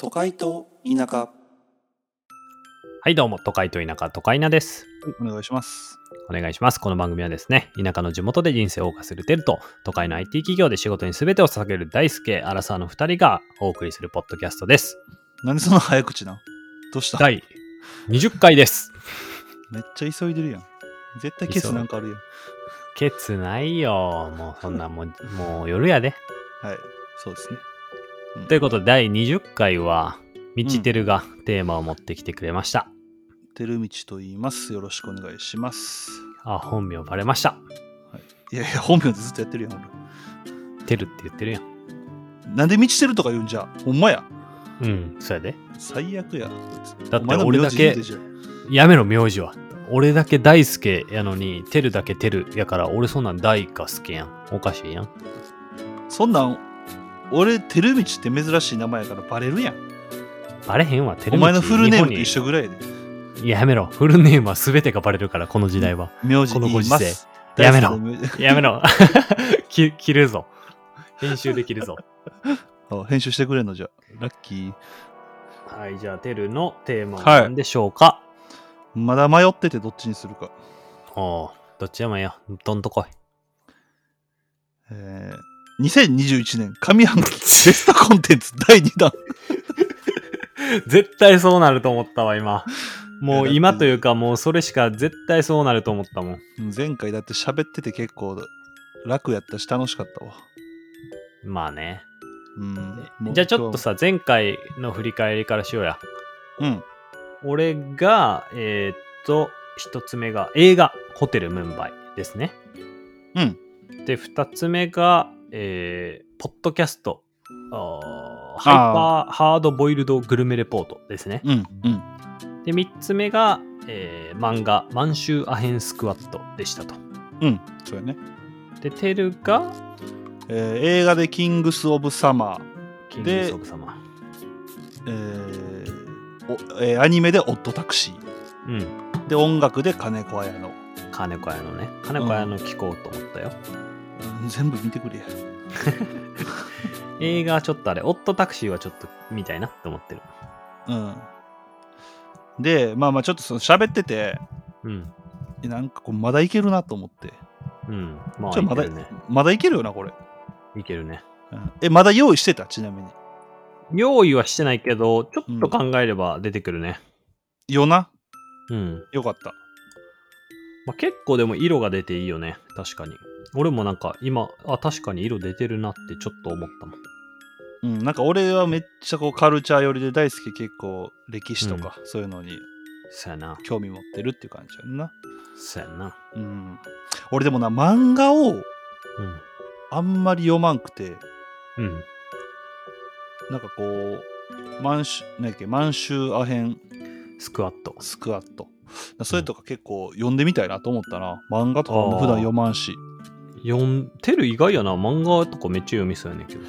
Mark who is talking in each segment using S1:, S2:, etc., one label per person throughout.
S1: 都会と田舎
S2: はいどうも都会と田舎都会なです
S3: お願いします。
S2: お願いしますこの番組はですね田舎の地元で人生を謳歌するテルと都会の IT 企業で仕事に全てを捧げる大輔アラサーの2人がお送りするポッドキャストです
S3: 何その早口などうした
S2: 第20回です
S3: めっちゃ急いでるやん。絶対ケースなんかあるやん。
S2: ケツないよもうそんなもうもう夜やで
S3: はい。そうですね。
S2: ということで第20回はみちてるがテーマを持ってきてくれました、
S3: てるみちと言います。よろしくお願いします。
S2: あ本名バレました
S3: いやいや、本名でずっとやってるやん、
S2: てるって言ってるやん
S3: 俺。なんでみちてるとか言うんじゃ。ほんまや。
S2: うんそうやで
S3: 最悪や。
S2: だ
S3: お
S2: って
S3: 前の
S2: 俺だ
S3: 名字言う
S2: け
S3: てじゃ
S2: やめろ、名字は。俺だけ大輔やのに、てるだけてるやから、俺そんなん大か好きやん。おかしいやん。
S3: あそんなん、俺、てるみちって珍しい名前やからバレるやん。
S2: バレへんわ、てる
S3: お前のフルネームと一
S2: 緒。
S3: 緒ぐらいやで。
S2: やめろ、フルネームは全てがバレるから、この時代は。
S3: 名字言います。
S2: このご時世やめろ
S3: 大好きな名字。
S2: やめろ。 き切るぞ。編集できるぞ。
S3: あ編集してくれんのじゃ。ラッキー。
S2: はい、じゃあ、てるのテーマは
S3: はい
S2: 何でしょうか、
S3: まだ迷っててどっちにするか。
S2: おうどっちでもいいよ。どんとこい。
S3: えー、2021年上半期ベストコンテンツ第2弾。
S2: 絶対そうなると思ったわ、今。
S3: いう
S2: も
S3: やだっ
S2: 今
S3: て
S2: というか、もうそれしか絶対そうなると思ったもん。
S3: 前回だって喋ってて結構楽やったし楽しかったわ。
S2: まあね。
S3: うん。もう
S2: じゃあちょっと。さ、前回の振り返りからしようや。
S3: 今日うん。
S2: 俺が、えーっと、一つ目が映画、ホテルムンバイですね。
S3: うん。
S2: で、二つ目が、えー、ポッドキャスト、あーハイ
S3: あ
S2: パーハードボイルドグルメレポートですね。
S3: うん。うん。
S2: で、三つ目が、えー、漫画、満州アヘンスクワットでしたと。
S3: うん。そうやね。
S2: で、テルが、
S3: えー映画でキングス・オブ・サマー。
S2: キングスオブ様。
S3: えーおえーアニメでオットタクシー。
S2: うん。
S3: で、音楽で金子綾乃。
S2: 金子屋のね。金子屋の聞こうと思ったよ。
S3: うん全部見てくれや。
S2: 映画はちょっとあれ、オットタクシーはちょっと見たいなって思ってる。
S3: うん。で、まあまあちょっとその喋ってて、
S2: うん。
S3: なんかこうまだいけるなと思って。
S2: うん。まあ、
S3: ちょ
S2: い
S3: まだ
S2: けるね。
S3: まだいけるよな、これ。
S2: いけるね。
S3: うんえ、まだ用意してたちなみに。
S2: 用意はしてないけど、ちょっと考えれば出てくるね。
S3: よな
S2: うん。
S3: よかった。
S2: まあ、結構でも色が出ていいよね。確かに。俺もなんか今、あ、確かに色出てるなってちょっと思ったもん。
S3: うん、なんか俺はめっちゃこうカルチャー寄りで大好き結構歴史とかそういうのに
S2: そやな。
S3: 興味持ってるっていう感じやんな。
S2: そやな。
S3: うん。俺でもな、漫画をあんまり読まんくて、
S2: うん。うん。
S3: なんかこう、満州、なんやっけ、満州アヘン
S2: スクワット。
S3: スクワット。それとか結構読んでみたいなと思ったな。漫画とかも普段読まんし。
S2: 読んてる意外やな。漫画とかめっちゃ読みそうやねんけど。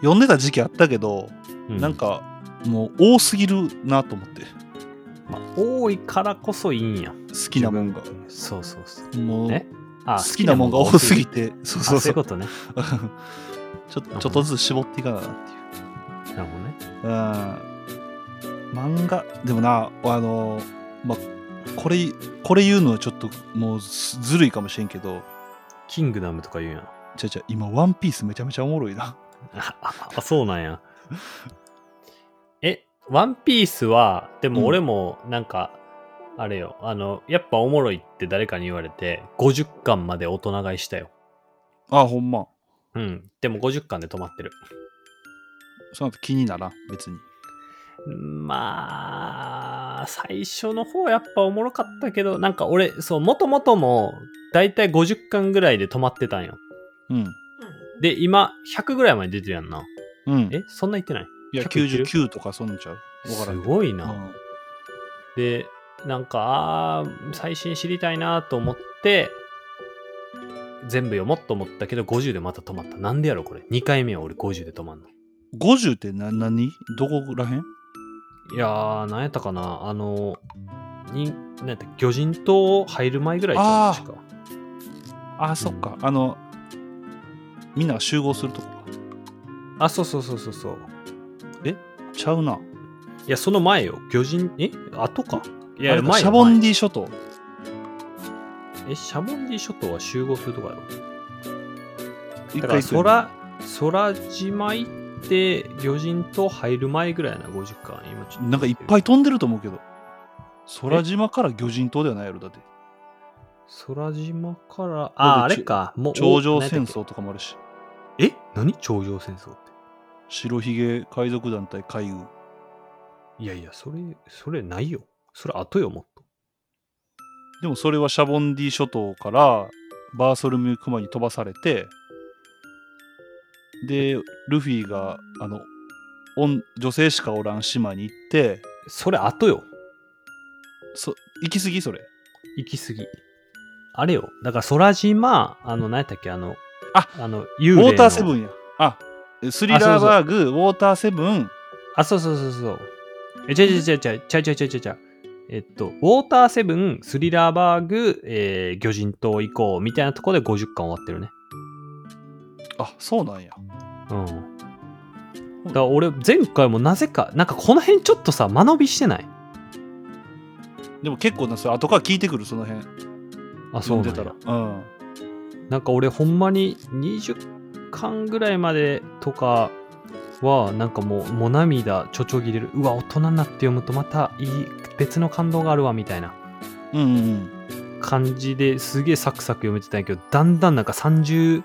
S3: 読んでた時期あったけど、
S2: う
S3: なん、かもう多すぎるなと思って。
S2: まあ、多いからこそいいんや。
S3: 好きなもんが。
S2: そうそうそう。
S3: もう
S2: えあ
S3: 好きなもんが多すぎ。て、そうそ
S2: あそう
S3: う
S2: い
S3: そうう。
S2: ことね。
S3: ちょちょっとずつ絞っていかななっていう。
S2: なるほどね。
S3: うん。漫画、でもな、あの、ま、これ、これ言うのはちょっともうすずるいかもしれんけど、
S2: キングダムとか言うんやな。
S3: ちゃちゃ、今、ワンピースめちゃめちゃおもろいな。
S2: ああそうなんや。え、ワンピースは、でも俺もなんか、あれよ、あの、やっぱおもろいって誰かに言われて、50巻まで大人買いしたよ。
S3: あ、ほんま。
S2: うん。でも50巻で止まってる。
S3: その後気にならん、別に。
S2: まあ、最初の方やっぱおもろかったけど、なんか俺、そう、もともとも、だいたい50巻ぐらいで止まってたんよ。
S3: うん。
S2: で、今、100ぐらいまで出てるやんな。
S3: うん。
S2: え、そんな言ってない
S3: いや、
S2: 100いける
S3: 99とかそんなんちゃうわから
S2: す
S3: んけ
S2: ごい
S3: ど。
S2: な。
S3: うん
S2: でなんかあー最新知りたいなと思って全部読もうと思ったけど50でまた止まったなんでやろこれ2回目は俺50で止まんの
S3: 50ってな何どこらへん
S2: いやー何やったかなあのになんやった魚人島入る前ぐらいちゃう
S3: あー
S2: 確か
S3: あ、そっか。あの、みんなが集合するとこか。
S2: あそうそうそうそうそう
S3: ちゃうな。
S2: いや、その前よ。魚人、え後か。いや、
S3: あれか
S2: いや前
S3: シ
S2: よ
S3: ャボン
S2: 前
S3: ディ諸島
S2: え、シャボンディ諸島は集合するとこやろ。
S3: 一
S2: だか
S3: 回
S2: ら
S3: 行くよね
S2: 空、空島行って、魚人と入る前ぐらいやな、50巻。今ちょっと。
S3: なんかいっぱ
S2: い。
S3: い飛んでると思うけど空島から魚人島ではないやろだって
S2: 空島から、あ、あ
S3: だって
S2: れか。もう、
S3: 頂上戦
S2: お。
S3: 争とかもあるし
S2: 何やったっけえ何頂上戦争って。
S3: 白ひげ海賊団対海軍
S2: いやいや、それ、それないよ。それ後よ、もっと。
S3: でもそれはシャボンディ諸島からバーソルミュークマに飛ばされてでルフィがあの女女性しかおらん島に行って
S2: それ後よ。
S3: そ行き過ぎそれ
S2: 行き過ぎ。あれよ。だから、空島、あの、何やったっけ、あの、
S3: あ
S2: あの、
S3: ウ
S2: 幽霊の
S3: ォーターセブンやあスリラーバーグウォーターセブン
S2: あ、そうそうそうそう。え、ちゃちゃちゃちゃちゃちゃちゃちゃちゃ。えっと、ウォーターセブン、スリラーバーグ、えー、魚人島行こうみたいなところで50巻終わってるね。
S3: あそうなんや
S2: うん。だから俺、前回もなぜか、なんかこの辺ちょっとさ、間延びしてない
S3: でも結構なそれ後から聞いてくるその辺
S2: あ、そ
S3: 読ん
S2: うな
S3: で
S2: ん
S3: た
S2: だ
S3: ら。うん
S2: なんか俺、ほんまに20巻ぐらいまでとかは、なんかもう、もう涙ちょちょぎれる。うわ、大人になって読むとまたいい、別の感動があるわ、みたいな。
S3: うんうん
S2: 感じですげえサクサク読めてたんやけど、だんだんなんか30、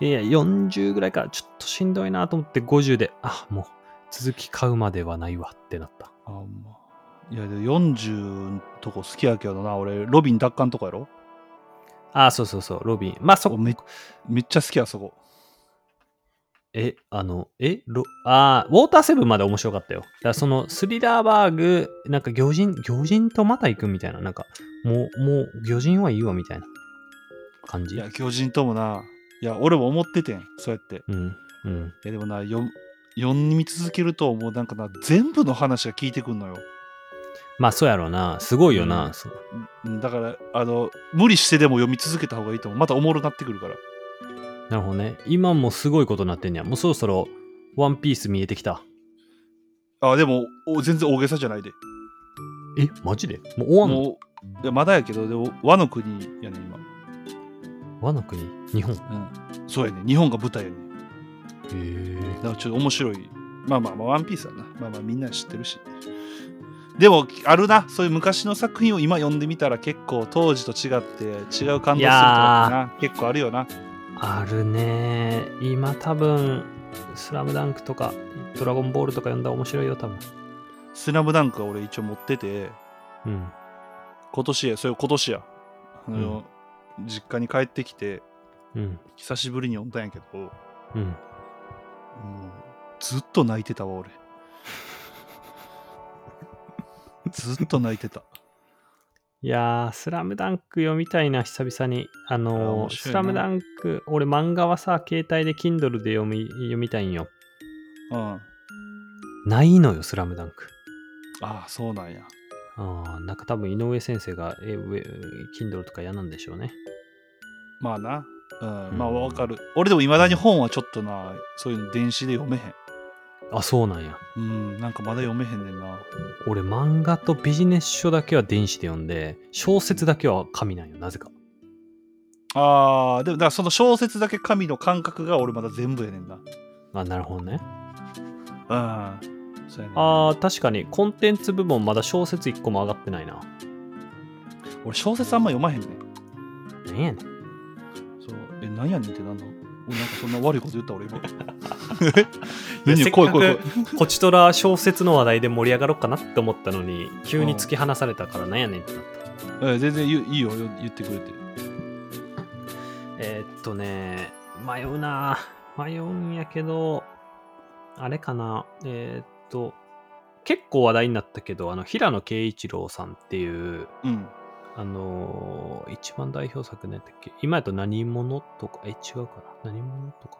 S2: いやいや40ぐらいからちょっとしんどいなと思って50で、あ、もう続き買うまではないわってなった。
S3: あまあいやでも40のとこ好きやけどな俺ロビン奪還とかやろ
S2: あ、そうそうそう、ロビン。まあそ、
S3: めめっちゃ好きやそこ
S2: え、あの、え、ロ、あーウォーターセブンまで面白かったよ。だからそのスリラーバーグ、なんか魚人、魚人とまた行くみたいな、なんか、もう、もう魚人はいいわみたいな感
S3: い
S2: じ。
S3: や巨人ともないや俺も思っててんそうやってい
S2: うん、うん。
S3: やでもな読読み続けるともうなんかな全部の話が聞いてくんのよ
S2: まあそうやろうな。すごいよな。
S3: うん
S2: そう
S3: うんだからあの無理してでも読み続けた方がいいと思うまたおもろなってくるから
S2: なるほどね。今もすごいことになってんねや。もうそろそろ、ワンピース見えてきた。
S3: あでもお全然大げさじゃないで
S2: え、マジでもう終わんの
S3: もういやまだやけどでも和の国やね今、
S2: 和の国日本。へ
S3: うん、そうやね日本が舞台やね
S2: え。
S3: だからちょっと面白い。まあまあまあ、ワンピースはな。まあまあ、みんな知ってるし。でも、あるな。そういう昔の作品を今読んでみたら結構当時と違って違う感動するとかな。結構あるよな。
S2: あるねー。今多分、スラムダンクとか、ドラゴンボールとか読んだら面白いよ、多分。
S3: スラムダンクは俺一応持ってて、
S2: うん。
S3: 今年や、それ今年や。あの、実家に帰ってきて、
S2: うん。
S3: 久しぶりに読んだんやけど、もう
S2: うん。
S3: ずっと泣いてたわ、俺。ずっと泣いてた。
S2: いやー、スラムダンク読みたいな、久々に。あ
S3: あー
S2: の
S3: 面
S2: ー、
S3: 白
S2: ス
S3: いな
S2: ラムダンク、俺漫画はさ、携帯で Kindle で読み、読みたいんよ。
S3: うん。あ
S2: ないのよ、スラムダンク。
S3: あ、そうなんや。
S2: ああ、なんか多分井上先生が、え、ウェ Kindle とか嫌なんでしょうね。
S3: まあな。うん、
S2: うん
S3: まあわかる。俺でもいまだに本はちょっとな、そういうの電子で読めへん。
S2: あ、そうなんや。
S3: うん、なんかまだ読めへんねんな。
S2: 俺、漫画とビジネス書だけは電子で読んで、小説だけは紙なんよ、なぜか。
S3: あー、でもだからその小説だけ神の感覚が俺まだ全部やねんな。
S2: あ、なるほどね。
S3: うん。そうやねん
S2: ああ、確かに、コンテンツ部門まだ小説1個も上がってないな。
S3: 俺小説あんま読まへんねん。
S2: なんやねん。
S3: そう。え、なんやねんってなんだ俺なんかそんな悪いこと言った 俺今。
S2: いや
S3: 何
S2: せっかく
S3: 怖い怖い怖い。
S2: こちとら小説の話題で盛り上がろうかなって思ったのに、急に突き放されたからなんやねんってなった。
S3: うん全然言ういいよ、言言ってくれて。
S2: えーっとね、迷うな迷うんやけど、あれかな。えーっと、結構話題になったけど、あの、平野啓一郎さんっていう、
S3: うん。
S2: あのー一番代表作ねったっけ今やと何者とか、え、違うかな何者とか。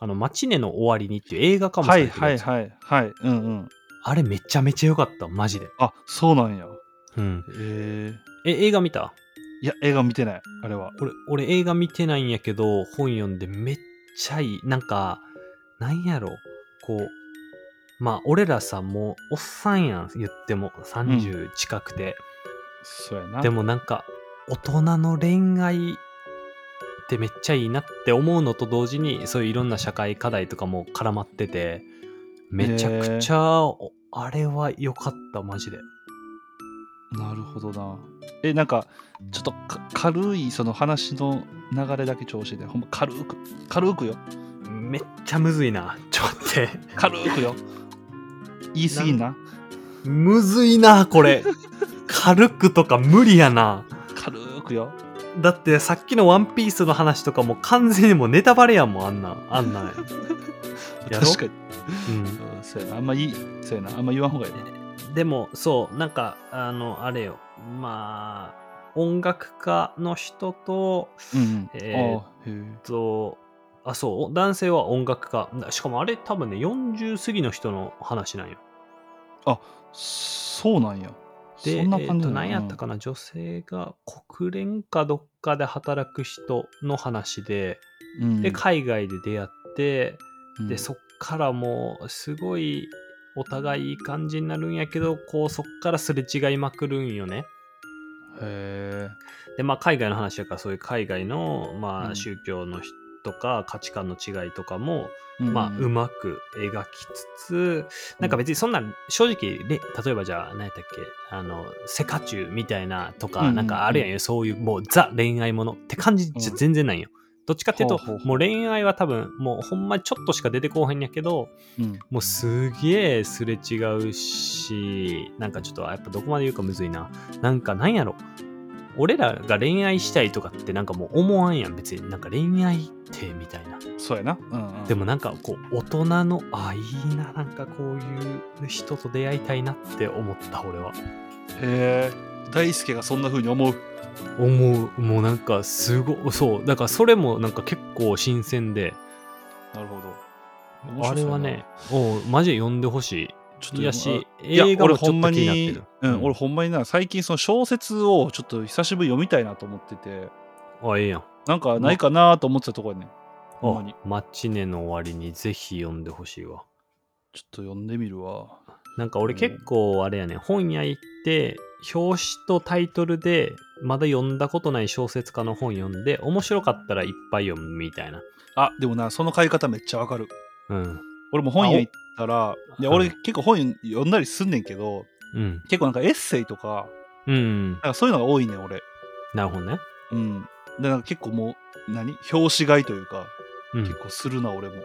S2: あの、マチネの終わりにっていう映画かもし
S3: は
S2: れない
S3: はいはいはい。うんうん。
S2: あれめちゃめちゃ良かった、マジで。
S3: あ、そうなんや。
S2: うん。
S3: えー、
S2: え、映画見た
S3: いや、映画見てない、あれは。
S2: 俺、俺映画見てないんやけど、本読んでめっちゃいい。なんか、なんやろ。こう、まあ、俺らさ、もう、おっさんやん、言っても、30近くて。
S3: そうやな。
S2: でもなんか、大人の恋愛ってめっちゃいいなって思うのと同時に、そういういろんな社会課題とかも絡まってて、めちゃくちゃ、おあれは良かった、マジで。
S3: なるほどな。え、なんか、ちょっとか軽いその話の流れだけ調子で、ほんま軽く、軽くよ。
S2: めっちゃむずいな。ちょっと待って。
S3: 軽く よ。言い過ぎんな。
S2: むずいな、これ。軽くとか無理やな。
S3: 軽くよ。
S2: だってさっきのワンピースの話とかも完全にもうネタバレやもん、あんなん。あんなん。やろ
S3: 確かに。
S2: うん。
S3: うんそうやな。あんまいい。そうやな。あんま言わんほう がいいな。
S2: でも、そう、なんか、あの、あれよ。まあ、音楽家の人と、
S3: うんうん。
S2: えー
S3: あーへ
S2: と、あ、そう、男性は音楽家。しかもあれ多分ね、40過ぎの人の話なんよ。
S3: え。そうなんや。
S2: で、
S3: そんな感
S2: えー
S3: じ
S2: と
S3: なん
S2: 何やったかな、女性が国連かどっかで働く人の話で、
S3: うん、
S2: で、海外で出会って、
S3: うん
S2: で、そっからもう、すごい、お互いいい感じになるんやけど、こう、そっからすれ違いまくるんよね。
S3: へ
S2: で、まあ、海外の話だから、そういう海外の、ま
S3: う
S2: あ、
S3: ん
S2: 宗教の人とか、価値観の違いとかも、
S3: え。
S2: まあ、う
S3: ま。
S2: まく描きつつ、なんか別にそんな、正直、れ例えばじゃあ、何やったっけ、あの、セカチュウみたいなと
S3: うんうん
S2: か、
S3: うん
S2: なんかあるやんよ、そういう、もうザ恋愛ものって感じじゃ
S3: うん
S2: 全然ないよ。どっちかっていうと
S3: ほうほうほ、う
S2: もう恋愛は多分、もうほんまちょっとしか出てこうへんやけど、
S3: うん。
S2: もうすげえすれ違うし、なんかちょっと、やっぱどこまで言うかむずいな。なんかなんやろ。俺らが恋愛したいとかってなんかもう思わんやん、別に。なんか恋愛ってみたいな。
S3: そうやな。うん、うん。
S2: でもなんかこう大人のあいいななんかこういう人と出会いたいなって思った俺は
S3: へえ大輔がそんな風に思う
S2: 思うもうなんかすごそうだからそれもなんか結構新鮮で
S3: なるほど
S2: あれはねおうマジで読んでほし
S3: ちょっ
S2: い
S3: と
S2: やし
S3: いや
S2: 映画
S3: 俺
S2: もち
S3: ほ
S2: ょ
S3: ん
S2: っ
S3: ま
S2: と気になっ
S3: に
S2: てる
S3: うん、俺ほんまにな最近その小説をちょっと久しぶりに読みたいなと思ってて
S2: あええやん
S3: なんかないかなと思ってたところにねほんまに
S2: あマッチネの終わりにぜひ読んでほしいわ
S3: ちょっと読んでみるわ
S2: なんか俺結構あれやね本屋行って表紙とタイトルでまだ読んだことない小説家の本読んで面白かったらいっぱい読むみたいな
S3: あでもなその買い方めっちゃわかる
S2: うん
S3: 俺も本屋行ったらいや俺
S2: うん
S3: 結構本読んだりすんねんけど
S2: うん。
S3: 結構なんかエッセイとか
S2: うん。
S3: なんかそういうのが多いねん俺
S2: なるほどね。
S3: うんでなんか結構もう何表紙買いというか
S2: う
S3: 結
S2: ん。
S3: 構するな俺も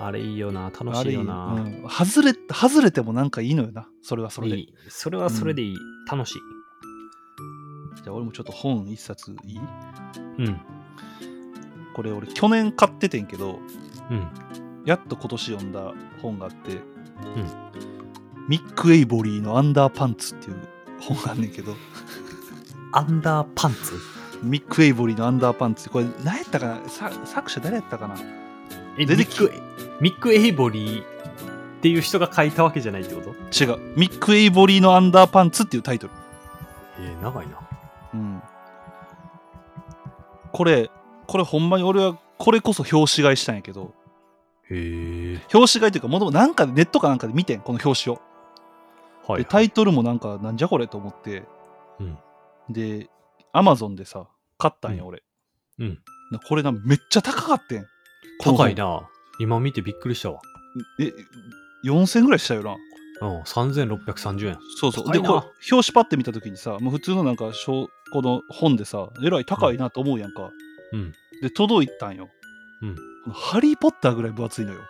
S2: あれいいよな。楽しいよ
S3: あれい
S2: な。
S3: いうん外れ外れてもなんかいいのよなそれはそれ
S2: い
S3: で
S2: い。それはそれでいい。楽しい。
S3: じゃあ俺もちょっと本一冊いい
S2: うん。
S3: これ俺去年買っててんけど
S2: うん。
S3: やっと今年読んだ本があって、ミック・エイボリーの「アンダーパンツ」っていう本があんねんけど
S2: アンダーパンツ
S3: ミック・エイボリーの「アンダーパンツ」これ何やったかなさ作者誰やったかな
S2: え
S3: 出て
S2: ミッ
S3: き
S2: ク、ミック・エイボリーっていう人が書いたわけじゃないってこと
S3: 違うミック・エイボリーの「アンダーパンツ」っていうタイトル、
S2: えー、長いな。
S3: うん、これこれほんまに俺はこれこそ表紙買いしたんやけど
S2: へえ。
S3: 表紙買いというかもともとなんかでネットかなんかで見てんこの表紙を
S2: はい、
S3: でタイトルもなんかなんじゃこれと思って、
S2: うん
S3: でアマゾンでさ買ったんや
S2: うん
S3: 俺、
S2: うん
S3: なこれなめっちゃ高かってんこの
S2: 高
S3: 本
S2: いな。今見てびっくりしたわ。
S3: え4000ぐらいしたよな
S2: うん。3630円。
S3: そうそう
S2: 高
S3: で
S2: い
S3: こ
S2: な
S3: れ表紙パッて見た時にさもう普通のなんか小この本でさえらい高いなと思うやんか、
S2: うん。
S3: で届いたんよ、
S2: うん
S3: このハリー・ポッター」ぐらい分厚いのよ
S2: なる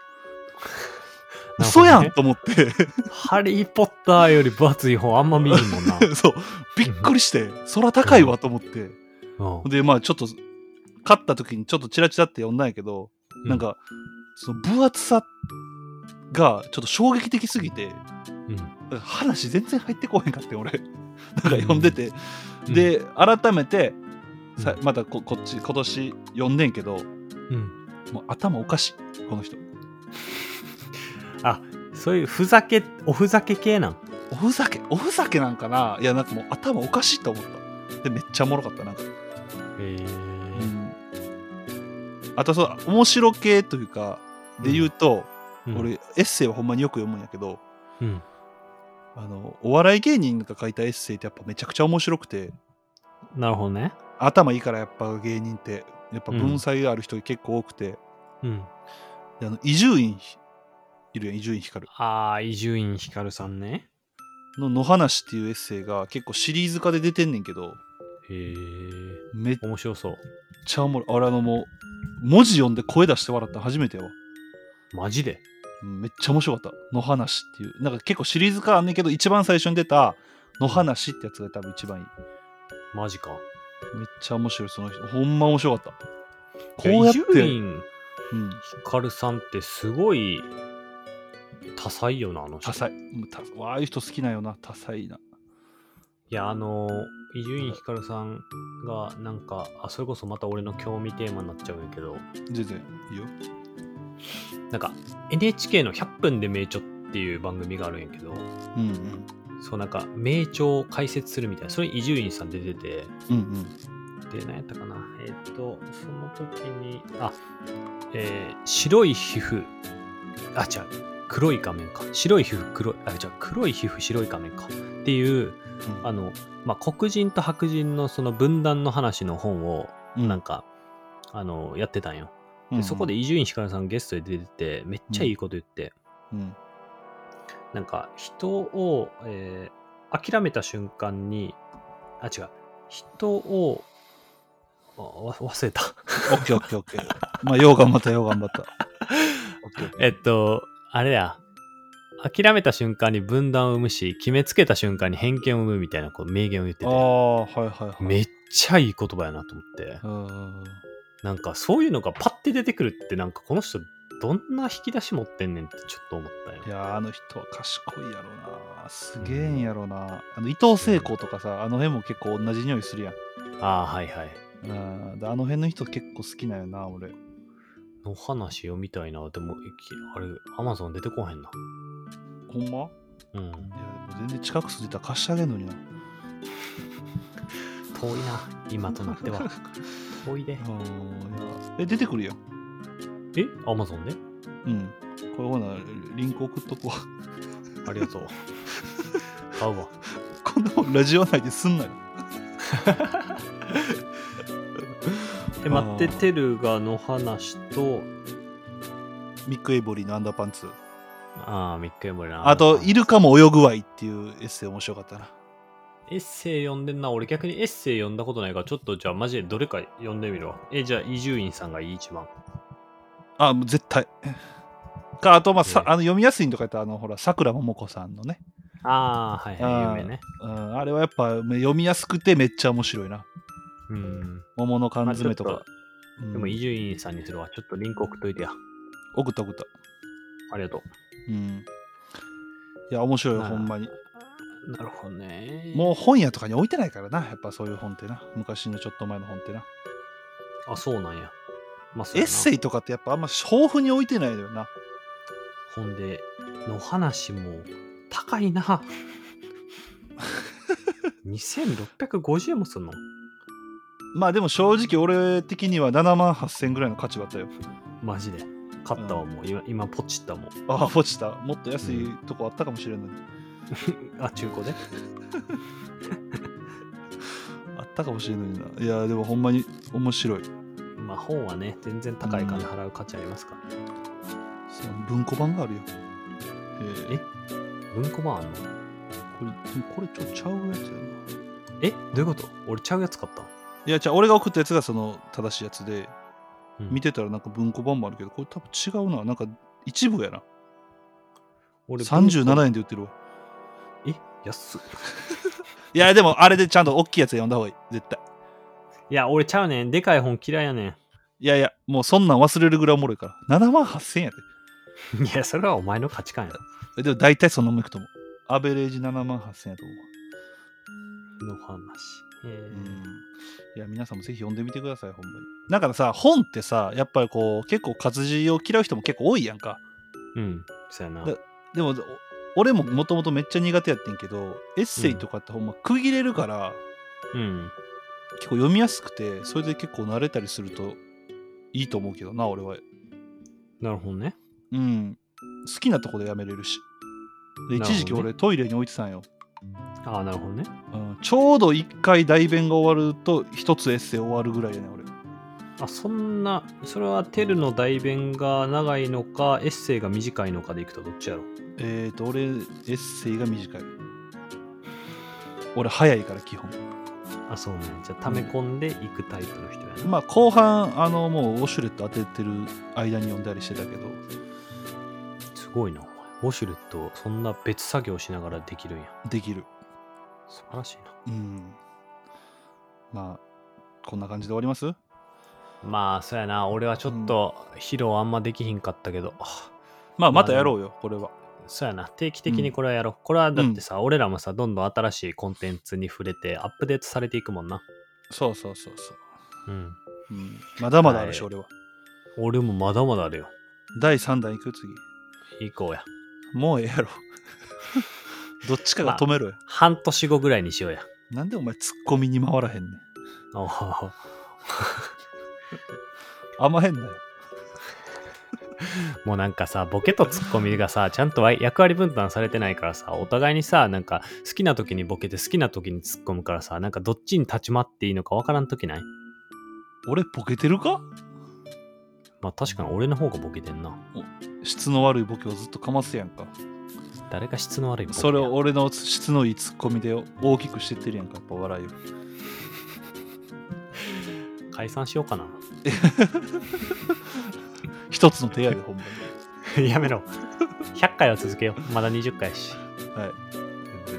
S3: 嘘
S2: ほどね
S3: やんと思って
S2: ハリー・ポッターより分厚い本あんま見えんも んな。
S3: そうびっくりしてそら高いわと思って、
S2: う
S3: でまあちょっと勝った時にちょっとチラチラって読んだんやけど、
S2: うん
S3: なんかその分厚さがちょっと衝撃的すぎて
S2: ん。うん
S3: 話全然入ってこへんかってん俺 なんか読んでて、
S2: うん
S3: で改めてさ
S2: うん
S3: またここっち今年読んでんけど
S2: うん。
S3: もう頭おかしいこの人
S2: そういうふざけ、おふざけ系なん。
S3: おふざけおふざけなんかないやなんかもう頭おかしいと思ったでめっちゃおもろかったなんか、
S2: へ
S3: うんあとそう面白系というかで言うと、
S2: ううん
S3: 俺エッセイはほんまによく読むんやけど
S2: うん
S3: あのお笑い芸人が書いたエッセイってやっぱめちゃくちゃ面白くて
S2: なるほどね
S3: 頭いいからやっぱ芸人ってやっぱ文才がある人結構多くて、
S2: うん
S3: であの伊集院ひいるやん伊集院光
S2: ああ伊集院光さんね
S3: の「野放し」っていうエッセイが結構シリーズ化で出てんねんけど
S2: へえ
S3: めっ
S2: 面白そう
S3: ちゃおもろいあれあのもう文字読んで声出して笑ったの初めてやわ
S2: マジで
S3: うんめっちゃ面白かった「野放し」っていうなんか結構シリーズ化あんねんけど一番最初に出た「野放し」ってやつが多分一番いい
S2: マジか
S3: めっちゃ面白いその人ほんま面白かった
S2: い
S3: こう
S2: や
S3: やっ
S2: 伊集
S3: て、
S2: 院
S3: うん、
S2: 光さんってすごい多彩よなあの人
S3: 多彩うん多わああいう人好きなんよな多彩ない
S2: やあの伊集院光さんがなんかあそれこそまた俺の興味テーマになっちゃうんやけど
S3: 全然いいよ
S2: なんか NHK の「100分で名著」っていう番組があるんやけど
S3: うんうん
S2: そうなんか名著を解説するみたいなそれ伊集院さん出てて
S3: うんうん
S2: で何やったかなえーっとその時にあえー白い皮膚あ違う黒い仮面か白い皮膚黒いあ違う黒い皮膚白い仮面かっていうあの、まあ、黒人と白人のその分断の話の本を
S3: うん
S2: なんか、あのやってたんよ
S3: う
S2: で
S3: ん
S2: そこで、伊集院光さんゲストで出ててめっちゃいいこと言って、
S3: うん
S2: なんか人を、えー諦めた瞬間にあ違う人をあわ忘れた
S3: オッケーオッケーオッケー。まあ、よう頑張った、よう頑張った。オッケーオッケー
S2: えっとあれや諦めた瞬間に分断を生むし決めつけた瞬間に偏見を生むみたいなこう名言を言って
S3: あ
S2: て
S3: あ、はいはいはい。
S2: めっちゃいい言葉やなと思って
S3: うん
S2: なんかそういうのがパッて出てくるってなんかこの人どんな引き出し持ってんねんってちょっと思ったよ
S3: い。やーあの人は賢いやろな。すげえんやろな。あの伊藤聖子とかさ、あの辺も結構同じ匂いするやん。
S2: ああはいはい。
S3: うんであの辺の人結構好きなんよな、俺。
S2: の話読みたいな。でもいきあれアマゾン出てこへんな。
S3: ほんま
S2: うん。
S3: いや、でも全然近くすぎたら貸してあげんのにな。
S2: 遠いな。今となっ ては遠いで。
S3: うんいやえ、出てくるやん。
S2: えアマゾンで
S3: うん。これほな、リンク送っとくわ。
S2: ありがとう。買うわ。
S3: こんなもんラジオ内ですんなよ。
S2: え待ってテルがの話と
S3: ミック・エイボリーのアンダーパンツ。
S2: ああ3日もな。
S3: あと、イルカも泳ぐわいっていうエッセイ面白かったな。
S2: エッセイ読んでんな。俺逆にエッセイ読んだことないからちょっとじゃあマジでどれか読んでみるわ。えじゃあ伊集院さんがいい一番。
S3: あ、もう絶対。か、あと、まあ、さ
S2: ええ
S3: あの読みやすいんとか言ったら、あの、ほら、さくらももこさんのね、
S2: ああはい
S3: あー
S2: はい有名ね。
S3: うん。あれはやっぱめ読みやすくてめっちゃ面白いな。
S2: うん。
S3: 桃の缶詰と
S2: まあ
S3: か
S2: ち。
S3: うん
S2: でも伊集院さんにするわ。ちょっとリンク送っといてや。
S3: 送った送った。
S2: ありがと
S3: うん。いや、面白いよ、
S2: あー
S3: ほんまに。
S2: う。なるほどね。
S3: もう本屋とかに置いてないからな、やっぱそういう本ってな。昔のちょっと前の本ってな。
S2: あ、そうなんや。まあ、
S3: エッセ
S2: イ
S3: イとかってやっぱあんま豊富に置いてないのよな。
S2: ほんで、の話も高 いな。2650円もすんの
S3: まあでも正直俺的には7万8000ぐらいの価値はあったよ。
S2: マジで。買ったわ、もう。今、今ポチったもん。
S3: ああ、ポチた。もっと安いとこあったかもしれない。
S2: あ、中古で。
S3: あったかもしれないな。いや、でもほんまに面白い。
S2: まあ、本はね、全然高い金払う価値ありますから。
S3: その文庫版があるよ。えー
S2: え文庫版あんの
S3: これ、でもこれちょっとちゃうやつやな。
S2: えどういうこと俺ちゃうやつ買ったの
S3: いや、じゃあ俺が送ったやつがその正しいやつで、
S2: うん
S3: 見てたらなんか文庫版もあるけど、これ多分違うな。なんか一部やな。
S2: 俺
S3: 37円で売ってるわ。
S2: え安っ
S3: いや、でもあれでちゃんと大きいやつ読んだ方がいい。絶対。
S2: いや、俺ちゃうねん。でかい本嫌いやね
S3: いやいや、もうそんなん忘れるぐらいおもろいから。7万8000円やで。
S2: ん。いや、それはお前の価値観やろ。
S3: えでも大体そのままいくと思う。アベレージ7万8000円やと思うわ。
S2: の話。えー
S3: いや皆さんもぜひ読んでみてくださいほんまにだからさ本ってさやっぱりこう結構活字を嫌う人も結構多いやんか
S2: うん、そうやな。
S3: だでもお俺ももともとめっちゃ苦手やってんけどエッセイとかってほんま区切れるから、
S2: うん。
S3: 結構読みやすくてそれで結構慣れたりするといいと思うけどな俺は
S2: なるほどね。
S3: うん好きなとこでやめれるしで
S2: なるほど
S3: 一
S2: ね
S3: 時期俺トイレに置いてたんよ、
S2: ああ、なるほどね。
S3: うん、ちょうど1回代弁が終わると1つエッセイ終わるぐらいやね俺
S2: あ、そんな、それはテルの代弁が長いのか、エッセイが短いのかでいくとどっちやろ
S3: えーと俺エッセイが短い俺早いから基本
S2: あ、そうね。じゃあ、溜め込んでいくタイプの人やな。
S3: まあ後半あのもうウォシュレット当ててる間に読んだりしてたけど
S2: すごいな、お前ウォシュレット、そんな別作業しながらできるんや。
S3: できる
S2: 素晴らしいな。
S3: うんまあこんな感じで終わります
S2: まあ、そうやな。俺はちょっと、披露あんまできひんかったけど。
S3: まあまたやろうよこれは
S2: そうやな定期的にこれはやろう、これはだってさ、俺らもさどんどん新しいコンテンツに触れてアップデートされていくもんな
S3: そうそうそうそう
S2: うん
S3: うんまだまだあるし、
S2: はい
S3: 俺は。
S2: 俺もまだまだあるよ
S3: 第3弾いく次。
S2: 行こうや
S3: もうええや ろ。どっちかが止めろよ。
S2: 半年後ぐらいにしようや
S3: なんでお前ツッコミに回らへんねん。
S2: おー
S3: 甘えんなよ。
S2: もうなんかさボケとツッコミがさちゃんとわ役割分担されてないからさお互いにさなんか好きな時にボケて好きな時にツッコむからさなんかどっちに立ち回っていいのかわからん時ない
S3: 俺ボケてるか
S2: まあ確かに俺の方がボケてんな
S3: 質の悪いボケをずっとかますやんか。
S2: 誰が質の悪いボケや
S3: それを俺の質のいいツッコミで大きくしてってるやんか、やっぱ笑いを。
S2: 解散しようかな
S3: 一つの手やで、ほんま
S2: やめろ100回は続けようまだ20回やし
S3: に。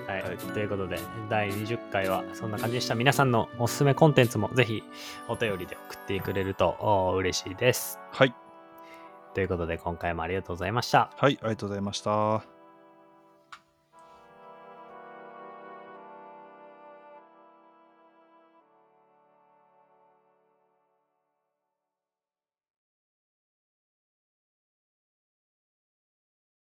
S3: はい。
S2: はい、ということで第20回はそんな感じでした皆さんのおすすめコンテンツもぜひお便りで送ってくれるとおー嬉しいです
S3: はい。
S2: ということで今回もありがとうございました
S3: はい。ありがとうございました。